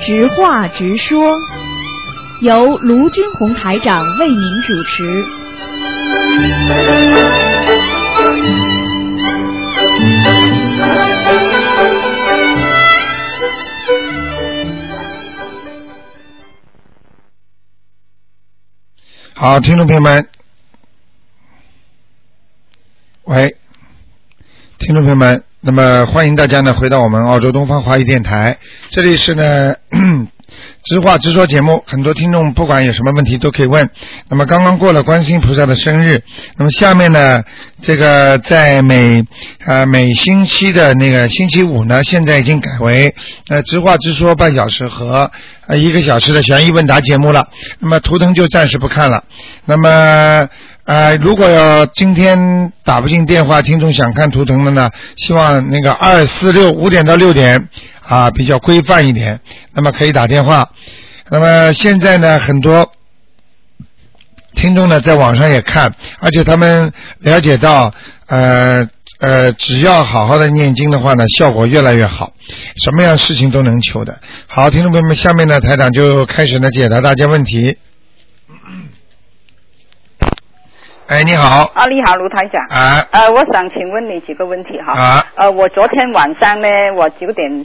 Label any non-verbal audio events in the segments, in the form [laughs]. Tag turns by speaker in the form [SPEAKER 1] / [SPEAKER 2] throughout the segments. [SPEAKER 1] 直话直说，由卢军红台长为您主持。
[SPEAKER 2] 好，听众朋友们，喂，听众朋友们，那么欢迎大家呢回到我们澳洲东方华语电台，这里是呢 [clears throat] 直话直说节目，很多听众不管有什么问题都可以问。那么刚刚过了观世音菩萨的生日，那么下面呢，这个在每呃每星期的那个星期五呢，现在已经改为呃直话直说半小时和呃一个小时的悬疑问答节目了。那么图腾就暂时不看了。那么呃，如果要今天打不进电话，听众想看图腾的呢，希望那个二四六五点到六点啊比较规范一点，那么可以打电话。那么现在呢，很多听众呢在网上也看，而且他们了解到，呃呃，只要好好的念经的话呢，效果越来越好，什么样事情都能求的。好，听众朋友们，下面呢，台长就开始呢解答大家问题。哎，你好，
[SPEAKER 3] 啊，你好，卢台长。
[SPEAKER 2] 啊
[SPEAKER 3] 呃，我想请问你几个问题哈。
[SPEAKER 2] 啊
[SPEAKER 3] 呃，我昨天晚上呢，我九点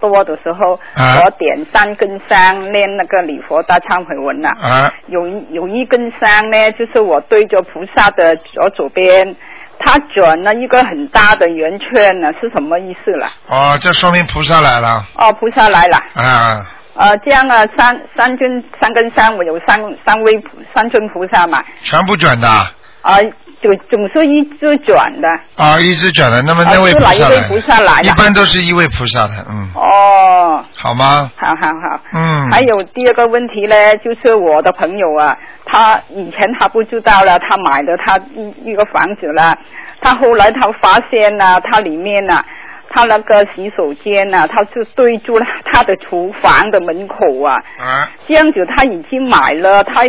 [SPEAKER 3] 多的时候，
[SPEAKER 2] 啊
[SPEAKER 3] 我点三根香念那个礼佛大忏悔文了。
[SPEAKER 2] 啊
[SPEAKER 3] 有一有一根香呢，就是我对着菩萨的左左边，它转了一个很大的圆圈呢，是什么意思了？
[SPEAKER 2] 哦，这说明菩萨来了
[SPEAKER 3] 哦，菩萨来了。
[SPEAKER 2] 啊
[SPEAKER 3] 呃，这样啊，三三根三根香，我有三三位菩三尊菩萨嘛，
[SPEAKER 2] 全部卷的
[SPEAKER 3] 啊、就总是一直转的。
[SPEAKER 2] 啊，一直卷的。那么那位
[SPEAKER 3] 啊
[SPEAKER 2] 菩
[SPEAKER 3] 是哪一
[SPEAKER 2] 萨
[SPEAKER 3] 位
[SPEAKER 2] 来，
[SPEAKER 3] 菩萨来
[SPEAKER 2] 一
[SPEAKER 3] 了
[SPEAKER 2] 般都是一位菩萨的，嗯，
[SPEAKER 3] 哦，
[SPEAKER 2] 好吗？
[SPEAKER 3] 好好好。
[SPEAKER 2] 嗯，
[SPEAKER 3] 还有第二个问题呢，就是我的朋友啊，他以前他不知道了，他买了他一一个房子了，他后来他发现呢、他里面呢、他那个洗手间呢、他是对住了他的厨房的门口啊，
[SPEAKER 2] 啊，
[SPEAKER 3] 这样子他已经买了，他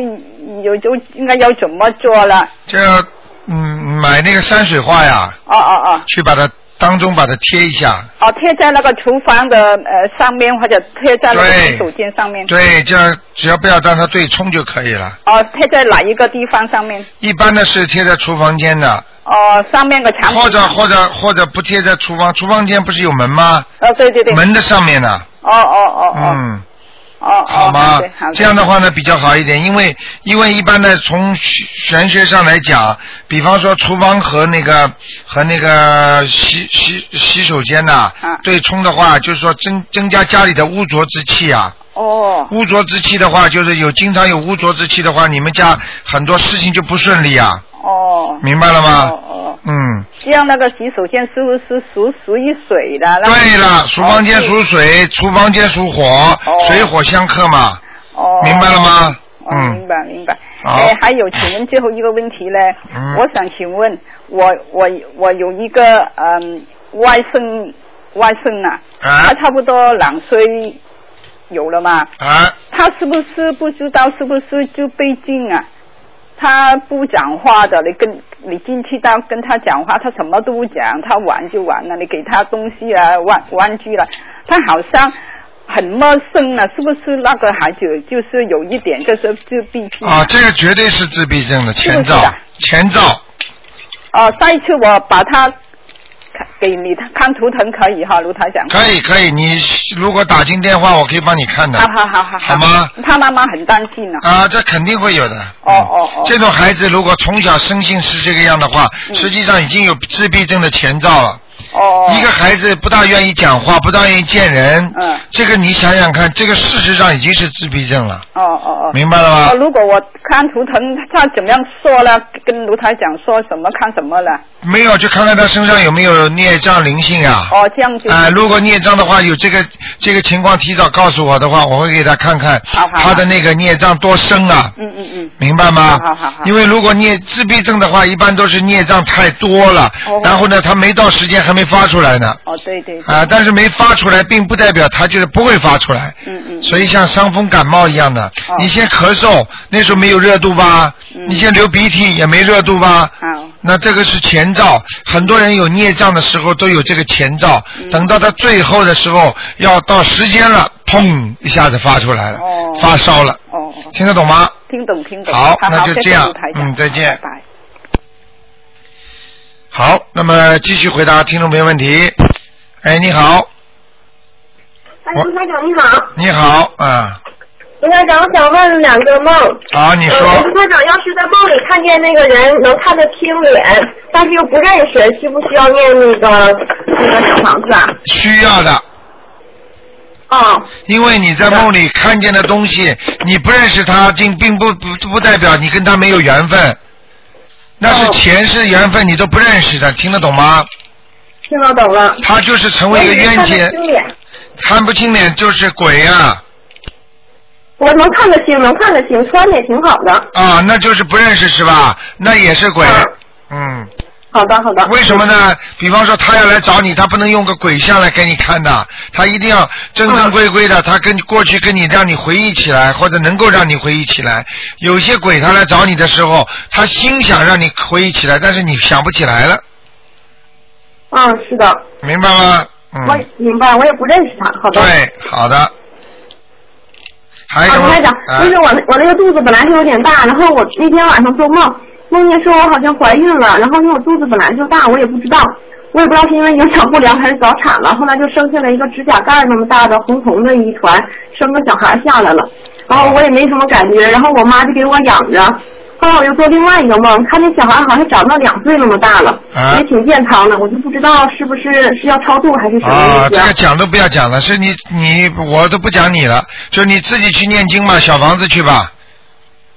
[SPEAKER 3] 有就应该要怎么做了？
[SPEAKER 2] 这个嗯，买那个山水画呀，
[SPEAKER 3] 哦哦哦，
[SPEAKER 2] 去把它当中把它贴一下，
[SPEAKER 3] 哦贴在那个厨房的呃上面，或者贴在那个
[SPEAKER 2] 对
[SPEAKER 3] 洗手间上面。
[SPEAKER 2] 对，这样只要不要让它对冲就可以了。
[SPEAKER 3] 哦，贴在哪一个地方上面？
[SPEAKER 2] 一般的是贴在厨房间的，
[SPEAKER 3] 哦，上面的墙壁
[SPEAKER 2] 或者或者或者不贴在厨房，厨房间不是有门吗？
[SPEAKER 3] 哦，对对对，
[SPEAKER 2] 门的上面呢，
[SPEAKER 3] 哦哦哦哦
[SPEAKER 2] 嗯。
[SPEAKER 3] 哦哦，
[SPEAKER 2] 好吗
[SPEAKER 3] 对好？
[SPEAKER 2] 这样的话呢比较好一点，因为因为一般的从玄玄学上来讲，比方说厨房和那个和那个洗洗洗手间呐、
[SPEAKER 3] 啊
[SPEAKER 2] 对冲的话，就是说增增加家里的污浊之气啊。
[SPEAKER 3] 哦
[SPEAKER 2] 污浊之气的话，就是有经常有污浊之气的话，你们家很多事情就不顺利啊，
[SPEAKER 3] 哦
[SPEAKER 2] 明白了吗？
[SPEAKER 3] 哦哦，
[SPEAKER 2] 嗯，
[SPEAKER 3] 这样那个洗手间是不是属属于水的？那
[SPEAKER 2] 对了，厨房间
[SPEAKER 3] 哦
[SPEAKER 2] 属水，厨房间属火，水火相克嘛，
[SPEAKER 3] 哦，
[SPEAKER 2] 明白了吗？
[SPEAKER 3] 哦？
[SPEAKER 2] 嗯
[SPEAKER 3] 明白明白。
[SPEAKER 2] 好
[SPEAKER 3] 哎，还有，请问最后一个问题呢？
[SPEAKER 2] 嗯
[SPEAKER 3] 我想请问，我我我有一个嗯外甥外甥啊，
[SPEAKER 2] 啊
[SPEAKER 3] 他差不多两岁有了嘛，
[SPEAKER 2] 啊。
[SPEAKER 3] 他是不是不知道是不是就被禁啊？他不讲话的，你跟你进去到跟他讲话，他什么都不讲，他玩就玩了，你给他东西啊、玩玩具了，他好像很陌生啊了，是不是？那个孩子就是有一点就是自闭症
[SPEAKER 2] 啊，这个绝对是自闭症的前
[SPEAKER 3] 嗯是不是啊
[SPEAKER 2] 兆
[SPEAKER 3] 的，
[SPEAKER 2] 前兆。
[SPEAKER 3] 哦，上一次我把他看给你看图腾可以哈，卢台长。
[SPEAKER 2] 可以可以，你如果打进电话，我可以帮你看的
[SPEAKER 3] 好。好好好
[SPEAKER 2] 好吗？
[SPEAKER 3] 他妈妈很担心呢、
[SPEAKER 2] 啊，这肯定会有的。嗯
[SPEAKER 3] 哦哦哦
[SPEAKER 2] 这种孩子如果从小生性是这个样的话，实际上已经有自闭症的前兆了。
[SPEAKER 3] 哦，
[SPEAKER 2] 一个孩子不大愿意讲话，不大愿意见人，
[SPEAKER 3] 嗯
[SPEAKER 2] 这个你想想看，这个事实上已经是自闭症了，
[SPEAKER 3] 哦哦哦，
[SPEAKER 2] 明白了吗？
[SPEAKER 3] 哦，如果我看图腾，他怎么样说呢？跟卢台讲说什么看什么了？
[SPEAKER 2] 没有，就看看他身上有没有孽障灵性啊。
[SPEAKER 3] 哦，这样就、
[SPEAKER 2] 啊、如果孽障的话，有这个这个情况提早告诉我的话，我会给他看看
[SPEAKER 3] 好好好
[SPEAKER 2] 他的那个孽障多深啊，
[SPEAKER 3] 嗯嗯嗯，
[SPEAKER 2] 明白吗？
[SPEAKER 3] 好好好
[SPEAKER 2] 因为如果孽自闭症的话，一般都是孽障太多了，
[SPEAKER 3] 哦
[SPEAKER 2] 然后呢，他没到时间还没发出来呢，
[SPEAKER 3] 哦对对，对
[SPEAKER 2] 啊、但是没发出来，并不代表他就是不会发出来。
[SPEAKER 3] 嗯嗯，
[SPEAKER 2] 所以像伤风感冒一样的，
[SPEAKER 3] 哦
[SPEAKER 2] 你先咳嗽，那时候没有热度吧？
[SPEAKER 3] 嗯
[SPEAKER 2] 你先流鼻涕也没热度吧？
[SPEAKER 3] 好，
[SPEAKER 2] 那这个是前兆，很多人有孽障的时候都有这个前兆，
[SPEAKER 3] 嗯
[SPEAKER 2] 等到他最后的时候，要到时间了，砰一下子发出来了，
[SPEAKER 4] 哦
[SPEAKER 2] 发烧了，
[SPEAKER 4] 哦，哦
[SPEAKER 2] 听得懂吗？
[SPEAKER 4] 听懂听懂。
[SPEAKER 2] 好那
[SPEAKER 4] 好
[SPEAKER 2] 就
[SPEAKER 4] 谢
[SPEAKER 2] 这
[SPEAKER 4] 谢
[SPEAKER 2] 样
[SPEAKER 4] 卢台长
[SPEAKER 2] 嗯再见
[SPEAKER 4] 好拜拜。
[SPEAKER 2] 好，那么继续回答听众朋友问题。哎，你好，
[SPEAKER 5] 哎，卢台长你好，
[SPEAKER 2] 你好，啊，
[SPEAKER 5] 卢台长，我想问两个梦。
[SPEAKER 2] 好，你
[SPEAKER 5] 呃
[SPEAKER 2] 说
[SPEAKER 5] 卢台长，要是在梦里看见那个人能看得清脸，但是又不认识，需不需要念那个那个小房子啊？
[SPEAKER 2] 需要的，
[SPEAKER 5] 哦，
[SPEAKER 2] 因为你在梦里看见的东西，你不认识他，并并不不不代表你跟他没有缘分，那是
[SPEAKER 5] 哦
[SPEAKER 2] 前世缘分，你都不认识的，听得懂吗？
[SPEAKER 5] 听得懂了。
[SPEAKER 2] 他就是成为一个冤
[SPEAKER 5] 我
[SPEAKER 2] 结
[SPEAKER 5] 以为看得，清脸，
[SPEAKER 2] 看不清脸就是鬼啊
[SPEAKER 5] 我能看得清，能看得清，穿的也挺好的。
[SPEAKER 2] 啊，那就是不认识是吧？那也是鬼，嗯。
[SPEAKER 5] 好的，好的。
[SPEAKER 2] 为什么呢？比方说他要来找你，他不能用个鬼像来给你看的，他一定要正
[SPEAKER 5] 嗯
[SPEAKER 2] 正规规的，他跟过去跟你让你回忆起来，或者能够让你回忆起来。有些鬼他来找你的时候，他心想让你回忆起来，但是你想不起来了，
[SPEAKER 5] 嗯，是的，
[SPEAKER 2] 明白吗？
[SPEAKER 5] 我
[SPEAKER 2] 嗯，
[SPEAKER 5] 明白，我也不认识他。好的。
[SPEAKER 2] 对，好的。还有
[SPEAKER 5] 啊，
[SPEAKER 2] 什
[SPEAKER 5] 卢
[SPEAKER 2] 么
[SPEAKER 5] 台长？，
[SPEAKER 2] 啊
[SPEAKER 5] 就，是我我那个肚子本来是有点大，然后我那天晚上做梦，梦见说我好像怀孕了，然后因为我肚子本来就大，我也不知道，我也不知道是因为营养不良还是早产了，后来就生下来一个指甲盖那么大的红红的一团，生个小孩下来了，然后我也没什么感觉，然后我妈就给我养着。后来我又做另外一个梦，看那小孩好像长到两岁那么大了，
[SPEAKER 2] 啊
[SPEAKER 5] 也挺健康的，我就不知道是不是是要超度还是什么
[SPEAKER 2] 啊，
[SPEAKER 5] 意
[SPEAKER 2] 这
[SPEAKER 5] 思
[SPEAKER 2] 个。讲都不要讲了，是你你我都不讲你了，就是你自己去念经吧，小房子去吧。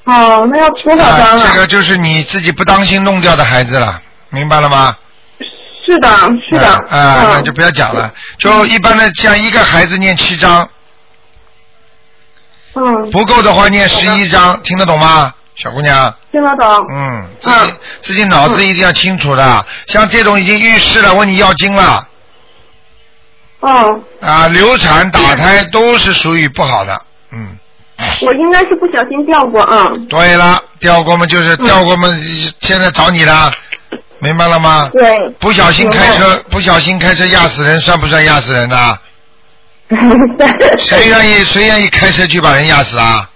[SPEAKER 5] 哦，那要多少
[SPEAKER 2] 啊
[SPEAKER 5] 张啊？
[SPEAKER 2] 这个就是你自己不当心弄掉的孩子了，明白了吗？
[SPEAKER 5] 是的，是的。
[SPEAKER 2] 啊、啊
[SPEAKER 5] 嗯
[SPEAKER 2] 那就不要讲了。就一般的，像一个孩子念七章，
[SPEAKER 5] 嗯，
[SPEAKER 2] 不够的话念十一章，听得懂吗，小姑娘？
[SPEAKER 5] 听得懂。
[SPEAKER 2] 嗯，自己、
[SPEAKER 5] 嗯
[SPEAKER 2] 自己脑子一定要清楚的。像这种已经预示了问你要经了
[SPEAKER 5] 嗯，
[SPEAKER 2] 啊，流产、打胎都是属于不好的。嗯，
[SPEAKER 5] 我应该是不小心掉过，嗯，
[SPEAKER 2] 对了，掉过嘛就是
[SPEAKER 5] 嗯
[SPEAKER 2] 掉过嘛，现在找你了，明白了吗？
[SPEAKER 5] 对，
[SPEAKER 2] 不小心开车，不小心开车压死人，算不算压死人呐、啊谁愿意谁愿意开车去把人压死啊？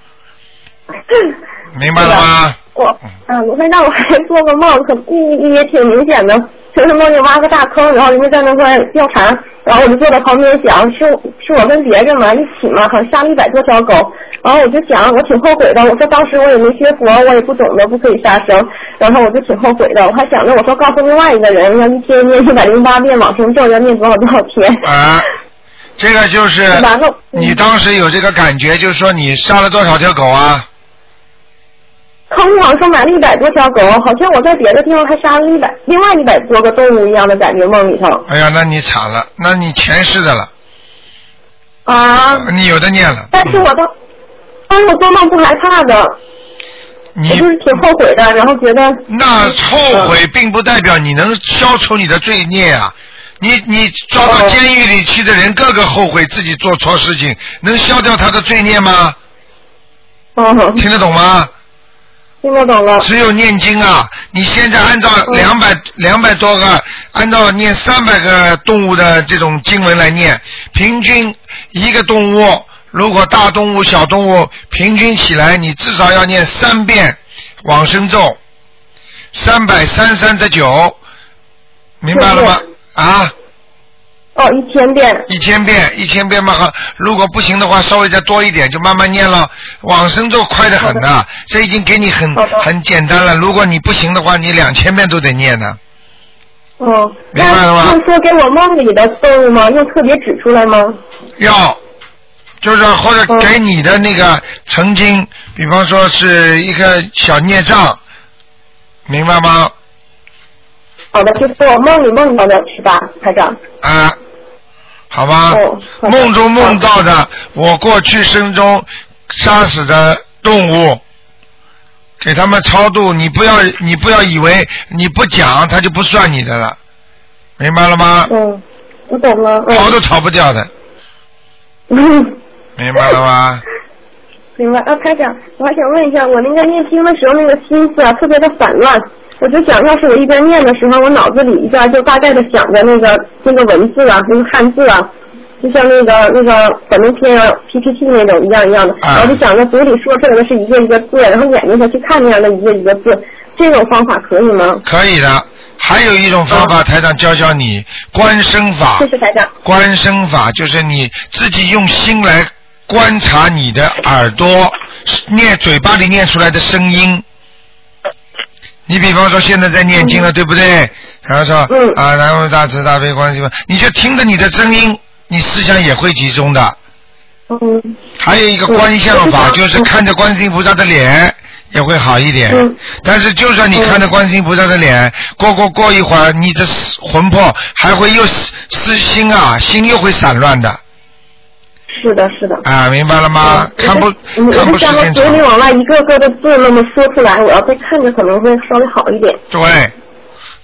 [SPEAKER 2] 明白了吗？
[SPEAKER 5] 我，啊，卢会让我还做个梦，可意义也挺明显的，就是梦见挖个大坑，然后人家在那块调查，然后我就坐在旁边想，是是我跟别人嘛一起嘛，好像杀了一百多条狗，然后我就想，我挺后悔的，我说当时我也没学佛，我也不懂得不可以杀生，然后我就挺后悔的，我还想着我说告诉另外一个人，要一天念一百零八遍往生咒，要念多少多少天，
[SPEAKER 2] 啊，这个就是
[SPEAKER 5] 完了嗯
[SPEAKER 2] 你当时有这个感觉，就是说你杀了多少条狗啊？
[SPEAKER 5] 坑网上买了一百多条狗，好像我在别的地方还杀了一百另外一百多个动物一样的感觉，梦里头。
[SPEAKER 2] 哎呀，那你惨了，那你前世的了，
[SPEAKER 5] 啊！
[SPEAKER 2] 你有的念了。嗯
[SPEAKER 5] 但是我都，但是我做梦不害怕的，
[SPEAKER 2] 你嗯
[SPEAKER 5] 我就是挺后悔的，然后觉得
[SPEAKER 2] 那后悔并不代表你能消除你的罪孽啊。你你抓到
[SPEAKER 5] 哦
[SPEAKER 2] 监狱里去的人，个个后悔自己做错事情，能消掉他的罪孽吗？
[SPEAKER 5] 嗯，
[SPEAKER 2] 听得懂吗？
[SPEAKER 5] 听得懂了。
[SPEAKER 2] 只有念经啊！你现在按照两百两百多个，按照念三百个动物的这种经文来念，平均一个动物，如果大动物、小动物平均起来，你至少要念三遍往生咒，三百三三十九，明白了吗？啊，
[SPEAKER 5] 哦，一千遍。
[SPEAKER 2] 一千遍，一千遍嘛，好如果不行的话，稍微再多一点，就慢慢念了。往生咒快得很呐、这已经给你很
[SPEAKER 5] 好的
[SPEAKER 2] 很简单了。如果你不行的话，你两千遍都得念呢。
[SPEAKER 5] 嗯，
[SPEAKER 2] 明白了吗
[SPEAKER 5] 那用说给我梦里的动物吗？用特别指出来吗？
[SPEAKER 2] 要，就是或者
[SPEAKER 5] 嗯
[SPEAKER 2] 给你的那个曾经，比方说是一个小孽障，明白吗？
[SPEAKER 5] 好的，就是我梦里梦到的是吧，台长？
[SPEAKER 2] 啊，好吧，
[SPEAKER 5] 哦好的
[SPEAKER 2] 梦中梦到的我过去生中杀死的动物，给他们超度，你不要你不要以为你不讲他就不算你的了，明白了吗？
[SPEAKER 5] 嗯，我懂了。
[SPEAKER 2] 逃都逃不掉的，
[SPEAKER 5] 嗯。
[SPEAKER 2] 明白了吗？
[SPEAKER 5] 明白啊，台长，我还想问一下，我那个念经的时候，那个心思啊特别的散乱，我就想，要是我一边念的时候，我脑子里一下就大概的想着那个那个文字啊，那个汉字啊，就像那个那个反正贴上 PPT 那种一样一样的，
[SPEAKER 2] 啊
[SPEAKER 5] 然后就想着嘴里说出来的是一个一个字，然后眼睛才去看那样的一个一个字，这种方法可以吗？
[SPEAKER 2] 可以的。还有一种方法，台长教教你观身法。
[SPEAKER 5] 哦谢谢台长。
[SPEAKER 2] 观身法就是你自己用心来观察你的耳朵，念嘴巴里念出来的声音。你比方说现在在念经了，对不对？然后说、
[SPEAKER 5] 嗯
[SPEAKER 2] 啊，南无大慈大悲观世音菩萨，你就听着你的声音，你思想也会集中的。
[SPEAKER 5] 嗯
[SPEAKER 2] 还有一个观相法，
[SPEAKER 5] 嗯
[SPEAKER 2] 就是看着观世音菩萨的脸也会好一点。
[SPEAKER 5] 嗯
[SPEAKER 2] 但是就算你看着观世音菩萨的脸，过过过一会儿，你的思魂魄还会又思思心啊，心又会散乱的
[SPEAKER 5] 是的，是的。
[SPEAKER 2] 啊，明白了吗？
[SPEAKER 5] 嗯
[SPEAKER 2] 看不
[SPEAKER 5] 我是
[SPEAKER 2] 看
[SPEAKER 5] 我
[SPEAKER 2] 不
[SPEAKER 5] 是
[SPEAKER 2] 是
[SPEAKER 5] 想
[SPEAKER 2] 现
[SPEAKER 5] 着嘴里
[SPEAKER 2] 场，
[SPEAKER 5] 往外一个个的字那么说出来，我要再看着可能会稍微好一点。
[SPEAKER 2] 对。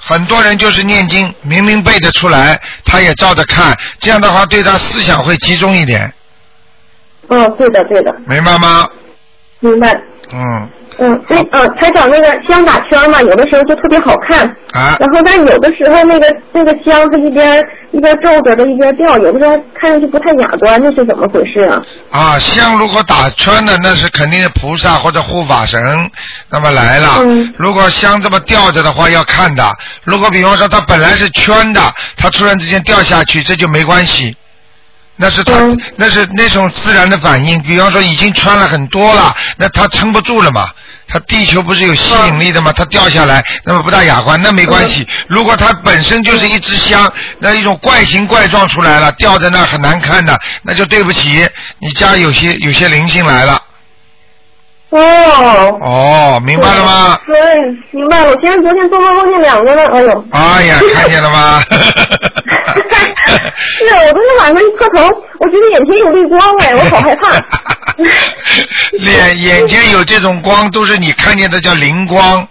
[SPEAKER 2] 很多人就是念经，明明背得出来，他也照着看，这样的话对他思想会集中一点，
[SPEAKER 5] 嗯，对的，对的，
[SPEAKER 2] 明白吗？
[SPEAKER 5] 明白。
[SPEAKER 2] 嗯，
[SPEAKER 5] 嗯，那呃，台长那个香打圈嘛，有的时候就特别好看，
[SPEAKER 2] 啊，
[SPEAKER 5] 然后但有的时候那个那个香它一边一边皱着的一边掉，有的时候看上去不太雅观，那是怎么回事啊？
[SPEAKER 2] 啊，香如果打穿了，那是肯定是菩萨或者护法神那么来了。
[SPEAKER 5] 嗯
[SPEAKER 2] 如果香这么吊着的话，要看的。如果比方说它本来是圈的，它突然之间掉下去，这就没关系。那是它，
[SPEAKER 5] 嗯
[SPEAKER 2] 那是那种自然的反应。比方说已经穿了很多了，那它撑不住了嘛。它地球不是有吸引力的嘛，它掉下来，那么不大雅观，那没关系。如果它本身就是一只香，那一种怪形怪状出来了，吊在那儿很难看的，那就对不起，你家有些有些灵性来了。
[SPEAKER 5] 哦，
[SPEAKER 2] 哦，明白了吗？
[SPEAKER 5] 对，明白了。我今天昨天做梦梦见两个呢，哎呦。
[SPEAKER 2] 哎呀，看见了吗？
[SPEAKER 5] 是，我昨天晚上一磕头，我觉得眼前有绿光哎， [laughs] 我好害怕。
[SPEAKER 2] [laughs]
[SPEAKER 5] [laughs]
[SPEAKER 2] 脸眼前有这种光，都是你看见的叫灵光，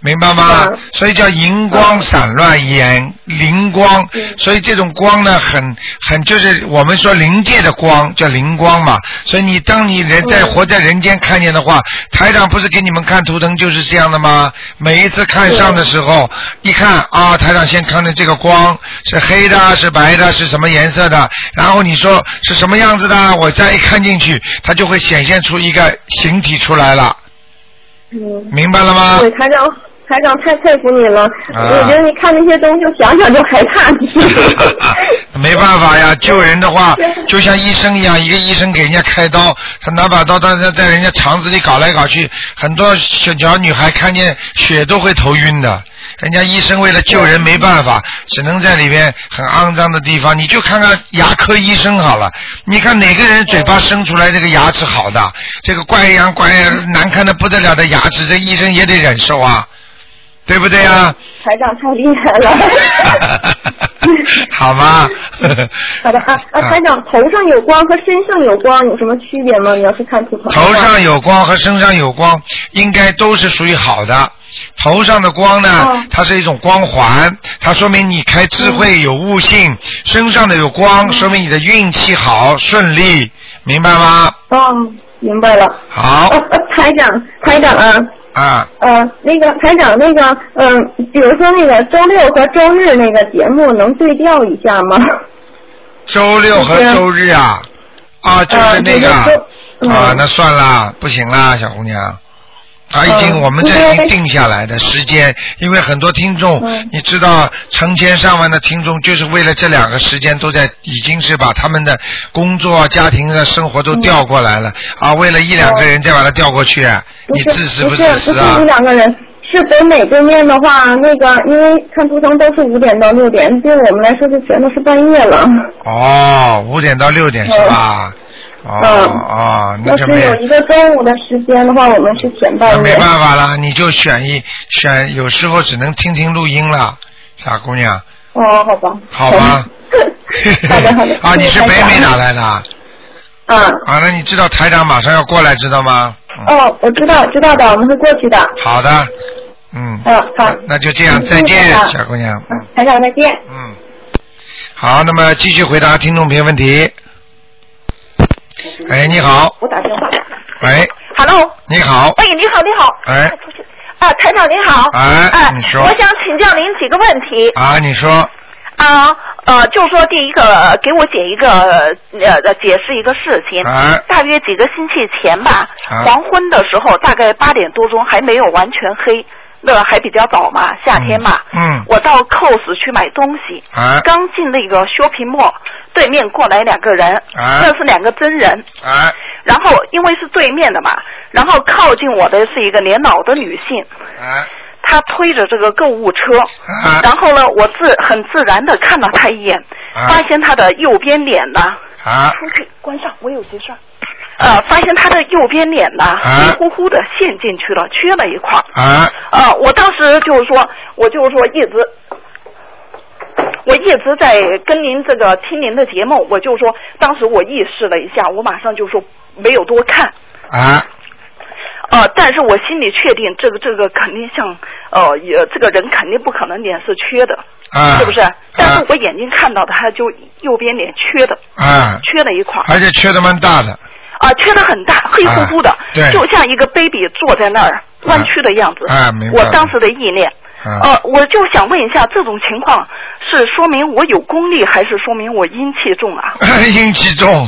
[SPEAKER 2] 明白吗
[SPEAKER 5] 嗯？
[SPEAKER 2] 所以叫荧光散乱眼灵光。所以这种光呢，很很就是我们说灵界的光叫灵光嘛。所以你当你人在活在人间看见的话，台长不是给你们看图腾就是这样的吗？每一次看上的时候，一看啊，台长先看着这个光是黑的，是白的，是什么颜色的，然后你说是什么样子的，我再一看进去，它就会显现出一个形体出来了，
[SPEAKER 5] 嗯，
[SPEAKER 2] 明白了吗？
[SPEAKER 5] 对，台长，台长太佩服你了。
[SPEAKER 2] 啊
[SPEAKER 5] 我觉得你看那些东西，想想就害怕。
[SPEAKER 2] [laughs] 没办法呀，救人的话
[SPEAKER 5] 对
[SPEAKER 2] 就像医生一样，一个医生给人家开刀，他拿把刀，他在在人家肠子里搞来搞去，很多小小女孩看见血都会头晕的。人家医生为了救人没办法，只能在里面很肮脏的地方，你就看看牙科医生好了，你看哪个人嘴巴生出来这个牙齿好的，这个怪样怪样难看的不得了的牙齿，这医生也得忍受啊，对不对啊？
[SPEAKER 5] [laughs] 台长太厉害了。 [laughs]
[SPEAKER 2] [laughs] 好吧。
[SPEAKER 5] 好的啊啊，台长，头上有光和身上有光有什么区别吗？你要是看图腾的话。
[SPEAKER 2] 头上有光和身上有光，应该都是属于好的。头上的光呢，
[SPEAKER 5] 哦嗯
[SPEAKER 2] 它是一种光环，它说明你开智慧有悟性；身上的有光，说明你的运气好顺利，明白吗？
[SPEAKER 5] 哦，明白了。
[SPEAKER 2] 好
[SPEAKER 5] 呃呃 [laughs] 台长，台长啊，
[SPEAKER 2] 啊，
[SPEAKER 5] 呃，那个台长，那个，嗯、比如说那个周六和周日那个节目能对调一下吗？
[SPEAKER 2] 周六和周日啊，啊，就是那个
[SPEAKER 5] 呃就是周
[SPEAKER 2] 啊，
[SPEAKER 5] 嗯
[SPEAKER 2] 那算啦，不行啦，小姑娘。他已经，
[SPEAKER 5] 嗯
[SPEAKER 2] 我们这已
[SPEAKER 5] 因
[SPEAKER 2] 经
[SPEAKER 5] 为
[SPEAKER 2] 定下来的时间，因为很多听众，
[SPEAKER 5] 嗯
[SPEAKER 2] 你知道，成千上万的听众就是为了这两个时间都在，已经是把他们的工作、啊家庭的生活都调过来了、啊，为了一两个人再把它调过去，
[SPEAKER 5] 嗯不
[SPEAKER 2] 你
[SPEAKER 5] 是，
[SPEAKER 2] 自私
[SPEAKER 5] 不是
[SPEAKER 2] 自，
[SPEAKER 5] 不
[SPEAKER 2] 私
[SPEAKER 5] 是
[SPEAKER 2] 啊
[SPEAKER 5] 你？两个人。是北美对面的话，那个因为看图腾都是五点到六点，对我们来说就全都是半夜了。
[SPEAKER 2] 哦，五点到六点是吧？哦、
[SPEAKER 5] 嗯
[SPEAKER 2] 哦，那
[SPEAKER 5] 要
[SPEAKER 2] 就是没有
[SPEAKER 5] 有一个中午的时间的话，我们是前半
[SPEAKER 2] 那没
[SPEAKER 5] 夜。
[SPEAKER 2] 办法了，你就选一选，有时候只能听听录音了，傻姑娘。
[SPEAKER 5] 哦，好吧。
[SPEAKER 2] 好吧。
[SPEAKER 5] [laughs] 好的好的
[SPEAKER 2] [laughs] 啊，你
[SPEAKER 5] 谢
[SPEAKER 2] 是
[SPEAKER 5] 谢台
[SPEAKER 2] 北
[SPEAKER 5] 长
[SPEAKER 2] 美哪来的啊？
[SPEAKER 5] 啊，
[SPEAKER 2] 啊，那你知道台长马上要过来，知道吗？嗯，
[SPEAKER 5] 哦，我知道知道的，我们会过去的。
[SPEAKER 2] 好的，嗯，
[SPEAKER 5] 嗯，好
[SPEAKER 2] 那，那就这样，再
[SPEAKER 5] 谢
[SPEAKER 2] 见
[SPEAKER 5] 谢台，长
[SPEAKER 2] 小姑娘，嗯
[SPEAKER 5] 嗯台长再见。
[SPEAKER 2] 嗯，好，那么继续回答听众朋友问题。哎，你好，
[SPEAKER 3] 我打电话。
[SPEAKER 2] 喂，
[SPEAKER 3] Hello，
[SPEAKER 2] 你好，
[SPEAKER 3] 哎，你好，你好。
[SPEAKER 2] 哎
[SPEAKER 3] 出去。啊，台长您好。
[SPEAKER 2] 哎
[SPEAKER 3] 哎
[SPEAKER 2] 你说
[SPEAKER 3] 我想请教您几个问题。
[SPEAKER 2] 啊，你说，
[SPEAKER 3] 啊，啊呃，就说第一个给我解一个呃解释一个事情，
[SPEAKER 2] 啊
[SPEAKER 3] 大约几个星期前吧，
[SPEAKER 2] 啊
[SPEAKER 3] 黄昏的时候，大概八点多钟还没有完全黑，那还比较早嘛，夏天嘛。
[SPEAKER 2] 嗯嗯
[SPEAKER 3] 我到 COS 去买东西，
[SPEAKER 2] 啊
[SPEAKER 3] 刚进那个 shopping mall，对面过来两个人，
[SPEAKER 2] 啊
[SPEAKER 3] 那是两个真人。
[SPEAKER 2] 啊
[SPEAKER 3] 然后因为是对面的嘛，然后靠近我的是一个年老的女性，
[SPEAKER 2] 啊
[SPEAKER 3] 她推着这个购物车，
[SPEAKER 2] 啊
[SPEAKER 3] 然后呢，我自很自然的看了她一眼，
[SPEAKER 2] 啊
[SPEAKER 3] 发现她的右边脸呢，
[SPEAKER 2] 啊！
[SPEAKER 3] 出去关上，我有急事儿。呃，发现她的右边脸呢，
[SPEAKER 2] 啊
[SPEAKER 3] 黑乎乎的陷进去了，缺了一块儿。
[SPEAKER 2] 啊
[SPEAKER 3] 呃，我当时就是说，我就是说一直。我一直在跟您这个听您的节目，我就说，当时我意识了一下，我马上就说没有多看，
[SPEAKER 2] 啊！
[SPEAKER 3] 呃，但是我心里确定这个这个肯定像呃也这个人肯定不可能脸是缺的，
[SPEAKER 2] 啊
[SPEAKER 3] 是不是
[SPEAKER 2] 啊？
[SPEAKER 3] 但是我眼睛看到的，他就右边脸缺的，
[SPEAKER 2] 啊，
[SPEAKER 3] 缺了一块儿
[SPEAKER 2] 而且缺的蛮大的，
[SPEAKER 3] 啊，缺的很大，黑乎乎的，
[SPEAKER 2] 啊对
[SPEAKER 3] 就像一个 baby 坐在那儿弯曲的样子。
[SPEAKER 2] 啊明白
[SPEAKER 3] 我当时的意念。
[SPEAKER 2] 啊
[SPEAKER 5] 哦
[SPEAKER 3] 呃，我就想问一下，这种情况是说明我有功力，还是说明我阴气重啊？
[SPEAKER 2] [laughs] 阴气重。，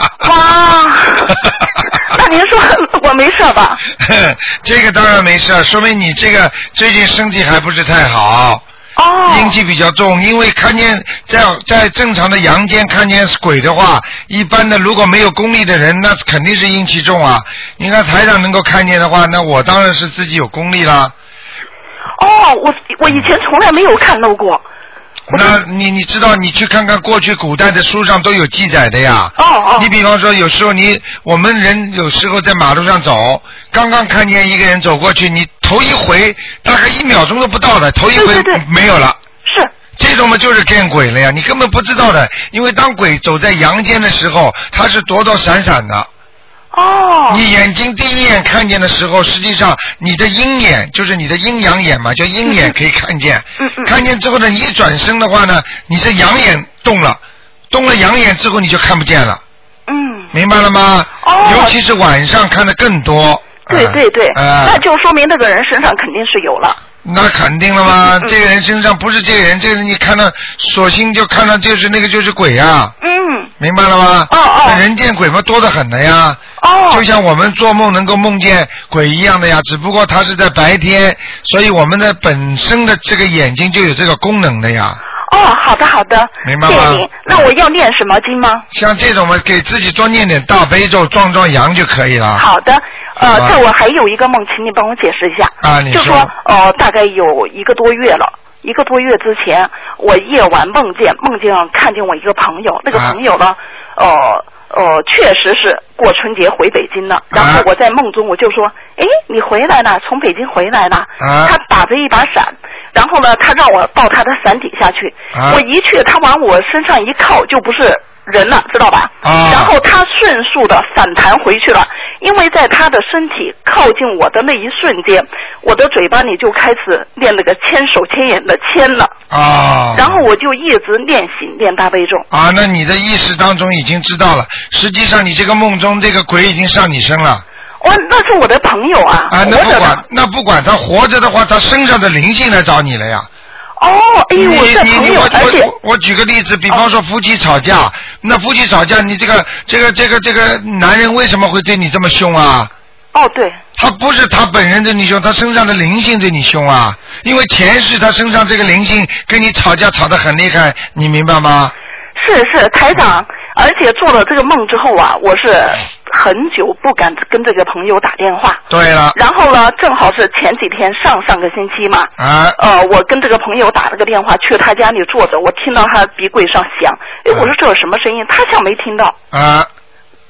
[SPEAKER 3] 哇 [laughs] 那您说我没事吧？
[SPEAKER 2] 这个当然没事，说明你这个最近身体还不是太好，
[SPEAKER 3] 哦，
[SPEAKER 2] [laughs] 阴气比较重。因为看见在在正常的阳间看见鬼的话，一般的如果没有功力的人，那肯定是阴气重啊。你看台长能够看见的话，那我当然是自己有功力啦。
[SPEAKER 3] 哦，我我以前从来没有看到过。
[SPEAKER 2] 那你你知道，你去看看过去古代的书上都有记载的呀。
[SPEAKER 3] 哦哦
[SPEAKER 2] 你比方说，有时候你我们人有时候在马路上走，刚刚看见一个人走过去，你头一回大概一秒钟都不到的，头一回
[SPEAKER 3] 对对对
[SPEAKER 2] 没有了。
[SPEAKER 3] 是
[SPEAKER 2] 这种嘛就是见鬼了呀，你根本不知道的，因为当鬼走在阳间的时候，它是躲躲闪闪的。
[SPEAKER 3] 哦，
[SPEAKER 2] 你眼睛第一眼看见的时候，实际上你的阴眼就是你的阴阳眼嘛，叫阴眼可以看见。
[SPEAKER 3] 嗯嗯
[SPEAKER 2] 看见之后呢，你一转身的话呢，你这阳眼动了，动了阳眼之后你就看不见了，
[SPEAKER 3] 嗯，
[SPEAKER 2] 明白了吗？
[SPEAKER 3] 哦
[SPEAKER 2] 尤其是晚上看的更多。
[SPEAKER 3] 对
[SPEAKER 2] 啊
[SPEAKER 3] 对对，
[SPEAKER 2] 啊、
[SPEAKER 3] 那就说明那个人身上肯定是有了。
[SPEAKER 2] 那肯定了吗？
[SPEAKER 3] 嗯嗯
[SPEAKER 2] 这个人身上不是这个人，这个人你看到，索性就看到就是那个就是鬼啊，
[SPEAKER 3] 嗯，
[SPEAKER 2] 明白了吗？
[SPEAKER 3] 哦哦
[SPEAKER 2] 那人见鬼嘛，多得很的呀。
[SPEAKER 3] 哦，
[SPEAKER 2] 就像我们做梦能够梦见鬼一样的呀，只不过它是在白天，所以我们的本身的这个眼睛就有这个功能的呀。
[SPEAKER 3] 哦，好的好的，
[SPEAKER 2] 明白吗
[SPEAKER 3] 谢谢您。那我要念什么经吗？
[SPEAKER 2] 像这种嘛，给自己多念点大悲咒，壮壮阳就可以了。
[SPEAKER 3] 好的，
[SPEAKER 2] 好
[SPEAKER 3] 呃
[SPEAKER 2] 吧，
[SPEAKER 3] 这我还有一个梦，请你帮我解释一下。
[SPEAKER 2] 啊你
[SPEAKER 3] 就
[SPEAKER 2] 说
[SPEAKER 3] 说呃，大概有一个多月了。一个多月之前，我夜晚梦见梦见看见我一个朋友，那个
[SPEAKER 2] 啊
[SPEAKER 3] 朋友呢，呃呃，确实是过春节回北京
[SPEAKER 2] 啊
[SPEAKER 3] 了。然后我在梦中我就说，哎，你回来了，从北京回来了。
[SPEAKER 2] 啊
[SPEAKER 3] 他打着一把伞，然后呢，他让我抱他的伞底下去。
[SPEAKER 2] 啊
[SPEAKER 3] 我一去，他往我身上一靠，就不是人了，知道吧？
[SPEAKER 2] 啊
[SPEAKER 3] 然后他迅速的反弹回去了，因为在他的身体靠近我的那一瞬间，我的嘴巴里就开始念那个千手千眼的千了，
[SPEAKER 2] 啊。
[SPEAKER 3] 然后我就一直练习念大悲咒。
[SPEAKER 2] 啊，那你的意识当中已经知道了，实际上你这个梦中这个鬼已经上你身了
[SPEAKER 3] 我哦那是我的朋友啊，
[SPEAKER 2] 啊，那
[SPEAKER 3] 活
[SPEAKER 2] 不
[SPEAKER 3] 着
[SPEAKER 2] 管
[SPEAKER 3] 的。
[SPEAKER 2] 那不管他活着的话，他身上的灵性来找你了呀。
[SPEAKER 3] 哦，哎
[SPEAKER 2] 你
[SPEAKER 3] 呦，我这
[SPEAKER 2] 你
[SPEAKER 3] 朋
[SPEAKER 2] 你
[SPEAKER 3] 友，
[SPEAKER 2] 我
[SPEAKER 3] 而且哦
[SPEAKER 2] 我我举个例子，比方说夫妻吵架，那夫妻吵架，你这个这个这个这个男人为什么会对你这么凶啊？
[SPEAKER 3] 哦对，
[SPEAKER 2] 他不是他本人对你凶，他身上的灵性对你凶啊！因为前世他身上这个灵性跟你吵架吵得很厉害，你明白吗？
[SPEAKER 3] 是是台长，而且做了这个梦之后啊，我是很久不敢跟这个朋友打电话。
[SPEAKER 2] 对了，
[SPEAKER 3] 然后呢，正好是前几天上上个星期嘛，
[SPEAKER 2] 啊
[SPEAKER 3] 呃，我跟这个朋友打了个电话，去他家里坐着，我听到他鼻柜上响，哎，我说
[SPEAKER 2] 嗯
[SPEAKER 3] 这有什么声音？他像没听到，
[SPEAKER 2] 啊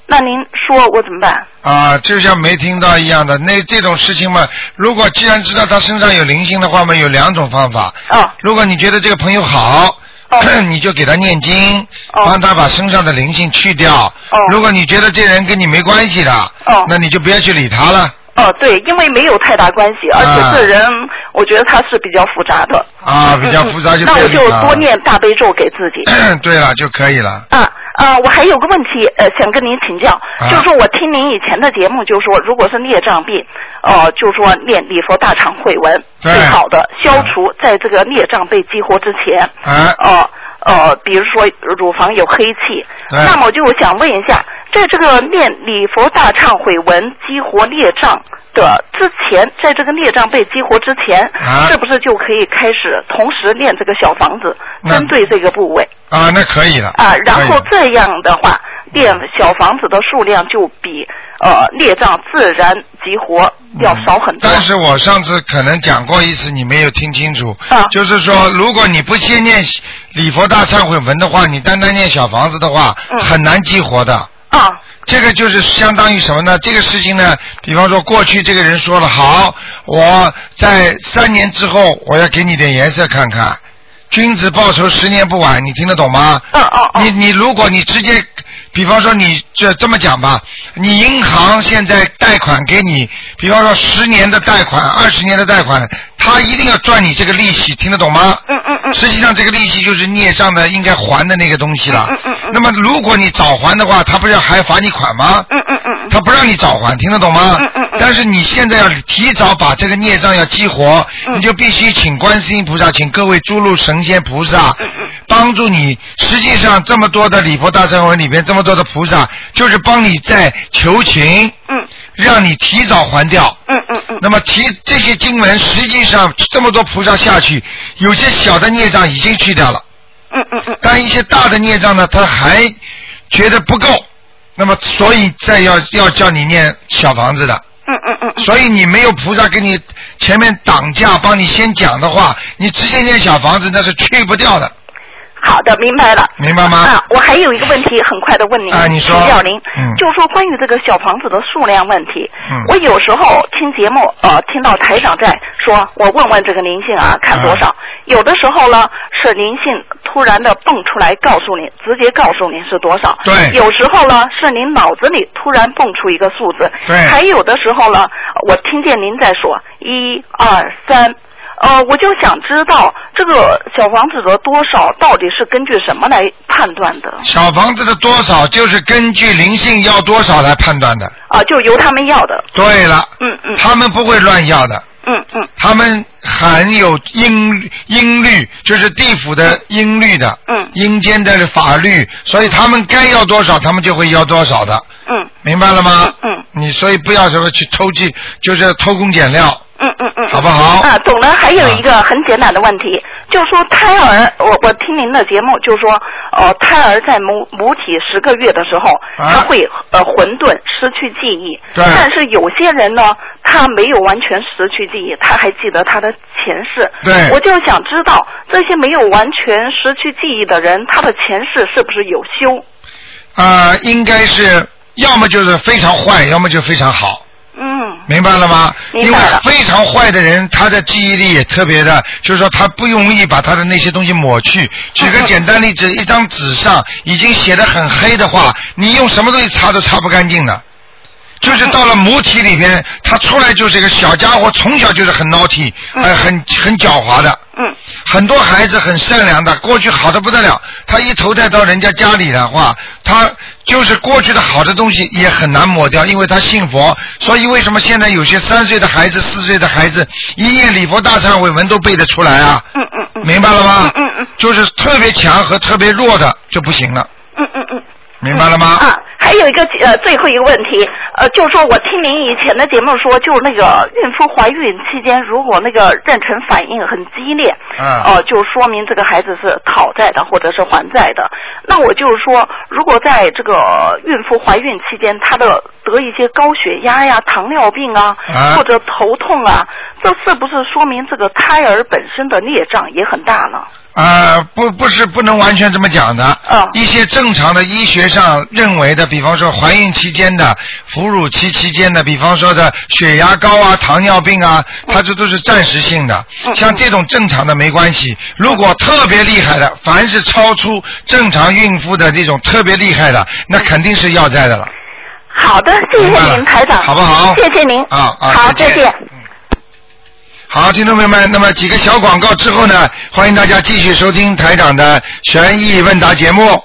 [SPEAKER 3] 那您说我怎么办？
[SPEAKER 2] 啊，就像没听到一样的。那这种事情嘛，如果既然知道他身上有灵性的话嘛，有两种方法，
[SPEAKER 3] 哦
[SPEAKER 2] 如果你觉得这个朋友好，
[SPEAKER 3] 哦
[SPEAKER 2] [clears throat] 你就给他念经，
[SPEAKER 3] 哦
[SPEAKER 2] 帮他把身上的灵性去掉。
[SPEAKER 3] 哦
[SPEAKER 2] 如果你觉得这人跟你没关系的，
[SPEAKER 3] 哦
[SPEAKER 2] 那你就不要去理他了
[SPEAKER 3] 哦，对，因为没有太大关系，而
[SPEAKER 2] 啊
[SPEAKER 3] 且这人，我觉得他是比较复杂的，
[SPEAKER 2] 啊，比较复杂
[SPEAKER 3] 嗯
[SPEAKER 2] 就
[SPEAKER 3] 那
[SPEAKER 2] 不要
[SPEAKER 3] 我
[SPEAKER 2] 理
[SPEAKER 3] 就
[SPEAKER 2] 他了
[SPEAKER 3] 多。念大悲咒给自己。
[SPEAKER 2] [clears throat] 对了，就可以了。
[SPEAKER 3] 啊啊，我还有个问题，呃，想跟您请教，
[SPEAKER 2] 啊
[SPEAKER 3] 就是说我听您以前的节目，就是说如果是孽障病，呃，就是说念礼佛大忏悔文
[SPEAKER 2] 对
[SPEAKER 3] 最好的消除在这个孽障被激活之前。
[SPEAKER 2] 啊
[SPEAKER 3] 哦、呃，比如说乳房有黑气，
[SPEAKER 2] 哎
[SPEAKER 3] 那么我就想问一下，在这个念礼佛大忏悔文激活孽障的之前，在这个孽障被激活之前，
[SPEAKER 2] 啊
[SPEAKER 3] 是不是就可以开始同时念这个小房子，
[SPEAKER 2] 那
[SPEAKER 3] 针对这个部位
[SPEAKER 2] 啊，那可以了
[SPEAKER 3] 啊？然后
[SPEAKER 2] 可以了
[SPEAKER 3] 这样的话，念小房子的数量就比呃孽障自然激活要少很
[SPEAKER 2] 嗯
[SPEAKER 3] 多。
[SPEAKER 2] 但是我上次可能讲过一次，你没有听清楚。
[SPEAKER 3] 啊
[SPEAKER 2] 就是说，如果你不先念礼佛大忏悔文的话，你单单念小房子的话，
[SPEAKER 3] 嗯
[SPEAKER 2] 很难激活的。
[SPEAKER 3] 啊，
[SPEAKER 2] 这个就是相当于什么呢？这个事情呢，比方说过去这个人说了，好，我在三年之后我要给你点颜色看看，君子报仇十年不晚，你听得懂吗？
[SPEAKER 3] 嗯嗯
[SPEAKER 2] [laughs] 你
[SPEAKER 3] 嗯，
[SPEAKER 2] 你如果你直接，比方说你这这么讲吧，你银行现在贷款给你，比方说十年的贷款、二十年的贷款，他一定要赚你这个利息，听得懂吗？
[SPEAKER 3] 嗯嗯嗯，
[SPEAKER 2] 实际上这个利息就是孽障的应该还的那个东西了
[SPEAKER 3] 嗯嗯嗯。嗯
[SPEAKER 2] 那么如果你早还的话，他不是还罚你款吗？
[SPEAKER 3] 嗯嗯嗯
[SPEAKER 2] 他不让你早还，听得懂吗？
[SPEAKER 3] 嗯嗯嗯
[SPEAKER 2] 但是你现在要提早把这个孽障要激活，
[SPEAKER 3] 嗯
[SPEAKER 2] 你就必须请观世音菩萨，请各位诸路神仙菩
[SPEAKER 3] 嗯
[SPEAKER 2] 萨、帮助你。实际上，这么多的礼佛大忏悔文里边，这么多的菩萨，就是帮你在求情，
[SPEAKER 3] 嗯
[SPEAKER 2] 让你提早还掉。
[SPEAKER 3] 嗯嗯 [laughs] 嗯，
[SPEAKER 2] 那么提这些经文，实际上这么多菩萨下去，有些小的孽障已经去掉了，
[SPEAKER 3] 嗯嗯嗯，
[SPEAKER 2] 但一些大的孽障呢，他还觉得不够，那么所以再要要叫你念小房子的，
[SPEAKER 3] 嗯嗯嗯嗯，
[SPEAKER 2] 所以你没有菩萨给你前面挡架，帮你先讲的话，你直接念小房子那是去不掉的，
[SPEAKER 3] 好的，明白了。
[SPEAKER 2] 明白吗
[SPEAKER 3] 啊？，我还有一个问题，很快的问您，
[SPEAKER 2] 啊你说
[SPEAKER 3] 请教您，
[SPEAKER 2] 嗯
[SPEAKER 3] 就是说关于这个小房子的数量问题，
[SPEAKER 2] 嗯
[SPEAKER 3] 我有时候听节目，呃，听到台长在说，我问问这个灵性啊，看多少，
[SPEAKER 2] 啊
[SPEAKER 3] 有的时候呢是灵性突然的蹦出来告诉你，直接告诉你是多少，
[SPEAKER 2] 对
[SPEAKER 3] 有时候呢是您脑子里突然蹦出一个数字，
[SPEAKER 2] 对
[SPEAKER 3] 还有的时候呢，我听见您在说一二三。呃，我就想知道这个小房子的多少到底是根据什么来判断的？
[SPEAKER 2] 小房子的多少就是根据灵性要多少来判断的。
[SPEAKER 3] 啊、就由他们要的。
[SPEAKER 2] 对了，
[SPEAKER 3] 嗯嗯
[SPEAKER 2] 他们不会乱要的。
[SPEAKER 3] 嗯嗯
[SPEAKER 2] 他们含有音音律，就是地府的音律的，
[SPEAKER 3] 嗯
[SPEAKER 2] 阴间的法律，所以他们该要多少，他们就会要多少的，
[SPEAKER 3] 嗯
[SPEAKER 2] 明白了吗？
[SPEAKER 3] 嗯
[SPEAKER 2] 你所以不要什么去偷鸡，就是偷工减料，
[SPEAKER 3] 嗯嗯嗯，
[SPEAKER 2] 好不好
[SPEAKER 3] 啊，懂了。还有一个很简单的问题，就是说胎儿，我我听您的节目，就是说，呃，胎儿在母母体十个月的时候，
[SPEAKER 2] 啊
[SPEAKER 3] 他会呃混沌，失去记忆。
[SPEAKER 2] 对
[SPEAKER 3] 但是有些人呢，他没有完全失去记忆，他还记得他的前世。
[SPEAKER 2] 对
[SPEAKER 3] 我就想知道，这些没有完全失去记忆的人，他的前世是不是有修？
[SPEAKER 2] 啊、应该是要么就是非常坏，要么就非常好，
[SPEAKER 3] 嗯
[SPEAKER 2] 明白了吗？
[SPEAKER 3] 明
[SPEAKER 2] 因为
[SPEAKER 3] 白了
[SPEAKER 2] 非常坏的人，他的记忆力也特别的，就是说他不容易把他的那些东西抹去。举个简单例子，一张纸上已经写的很黑的话，你用什么东西擦都擦不干净的。就是到了母体里边，他出来就是一个小家伙，从小就是很naughty，
[SPEAKER 3] 嗯
[SPEAKER 2] 呃，很很狡猾的。
[SPEAKER 3] 嗯
[SPEAKER 2] 很多孩子很善良的，过去好的不得了，他一投胎到人家家里的话，他就是过去的好的东西也很难抹掉，因为他信佛，所以为什么现在有些三岁的孩子、四岁的孩子一念礼佛大忏悔文都背得出来啊？
[SPEAKER 3] 嗯嗯嗯
[SPEAKER 2] 明白了吗？
[SPEAKER 3] 嗯嗯嗯
[SPEAKER 2] 就是特别强和特别弱的就不行了，
[SPEAKER 3] 嗯嗯嗯。
[SPEAKER 2] 明白了吗？
[SPEAKER 3] 啊，还有一个呃，最后一个问题，呃，就说我听您以前的节目说，就那个孕妇怀孕期间，如果那个妊娠反应很激烈，
[SPEAKER 2] 嗯
[SPEAKER 3] 呃，就说明这个孩子是讨债的或者是还债的。那我就是说，如果在这个孕妇怀孕期间，她的得一些高血压呀、糖尿病啊，
[SPEAKER 2] 啊
[SPEAKER 3] 或者头痛啊，这是不是说明这个胎儿本身的孽障也很大呢？
[SPEAKER 2] 啊，不不是不能完全这么讲的。
[SPEAKER 3] 嗯
[SPEAKER 2] 一些正常的医学上认为的，比方说怀孕期间的、哺乳期期间的，比方说的血压高啊、糖尿病啊，它这都是暂时性的。
[SPEAKER 3] 嗯
[SPEAKER 2] 像这种正常的没关系。如果特别厉害的，凡是超出正常孕妇的这种特别厉害的，那肯定是要债的了。
[SPEAKER 3] 好的，谢
[SPEAKER 2] 明白
[SPEAKER 3] 谢
[SPEAKER 2] 了
[SPEAKER 3] 您，台长，
[SPEAKER 2] 好不好
[SPEAKER 3] 谢谢您，
[SPEAKER 2] 啊啊
[SPEAKER 3] 好，
[SPEAKER 2] 再见
[SPEAKER 3] 再见。
[SPEAKER 2] 好，听众朋友们，那么几个小广告之后呢，欢迎大家继续收听台长的悬疑问答节目。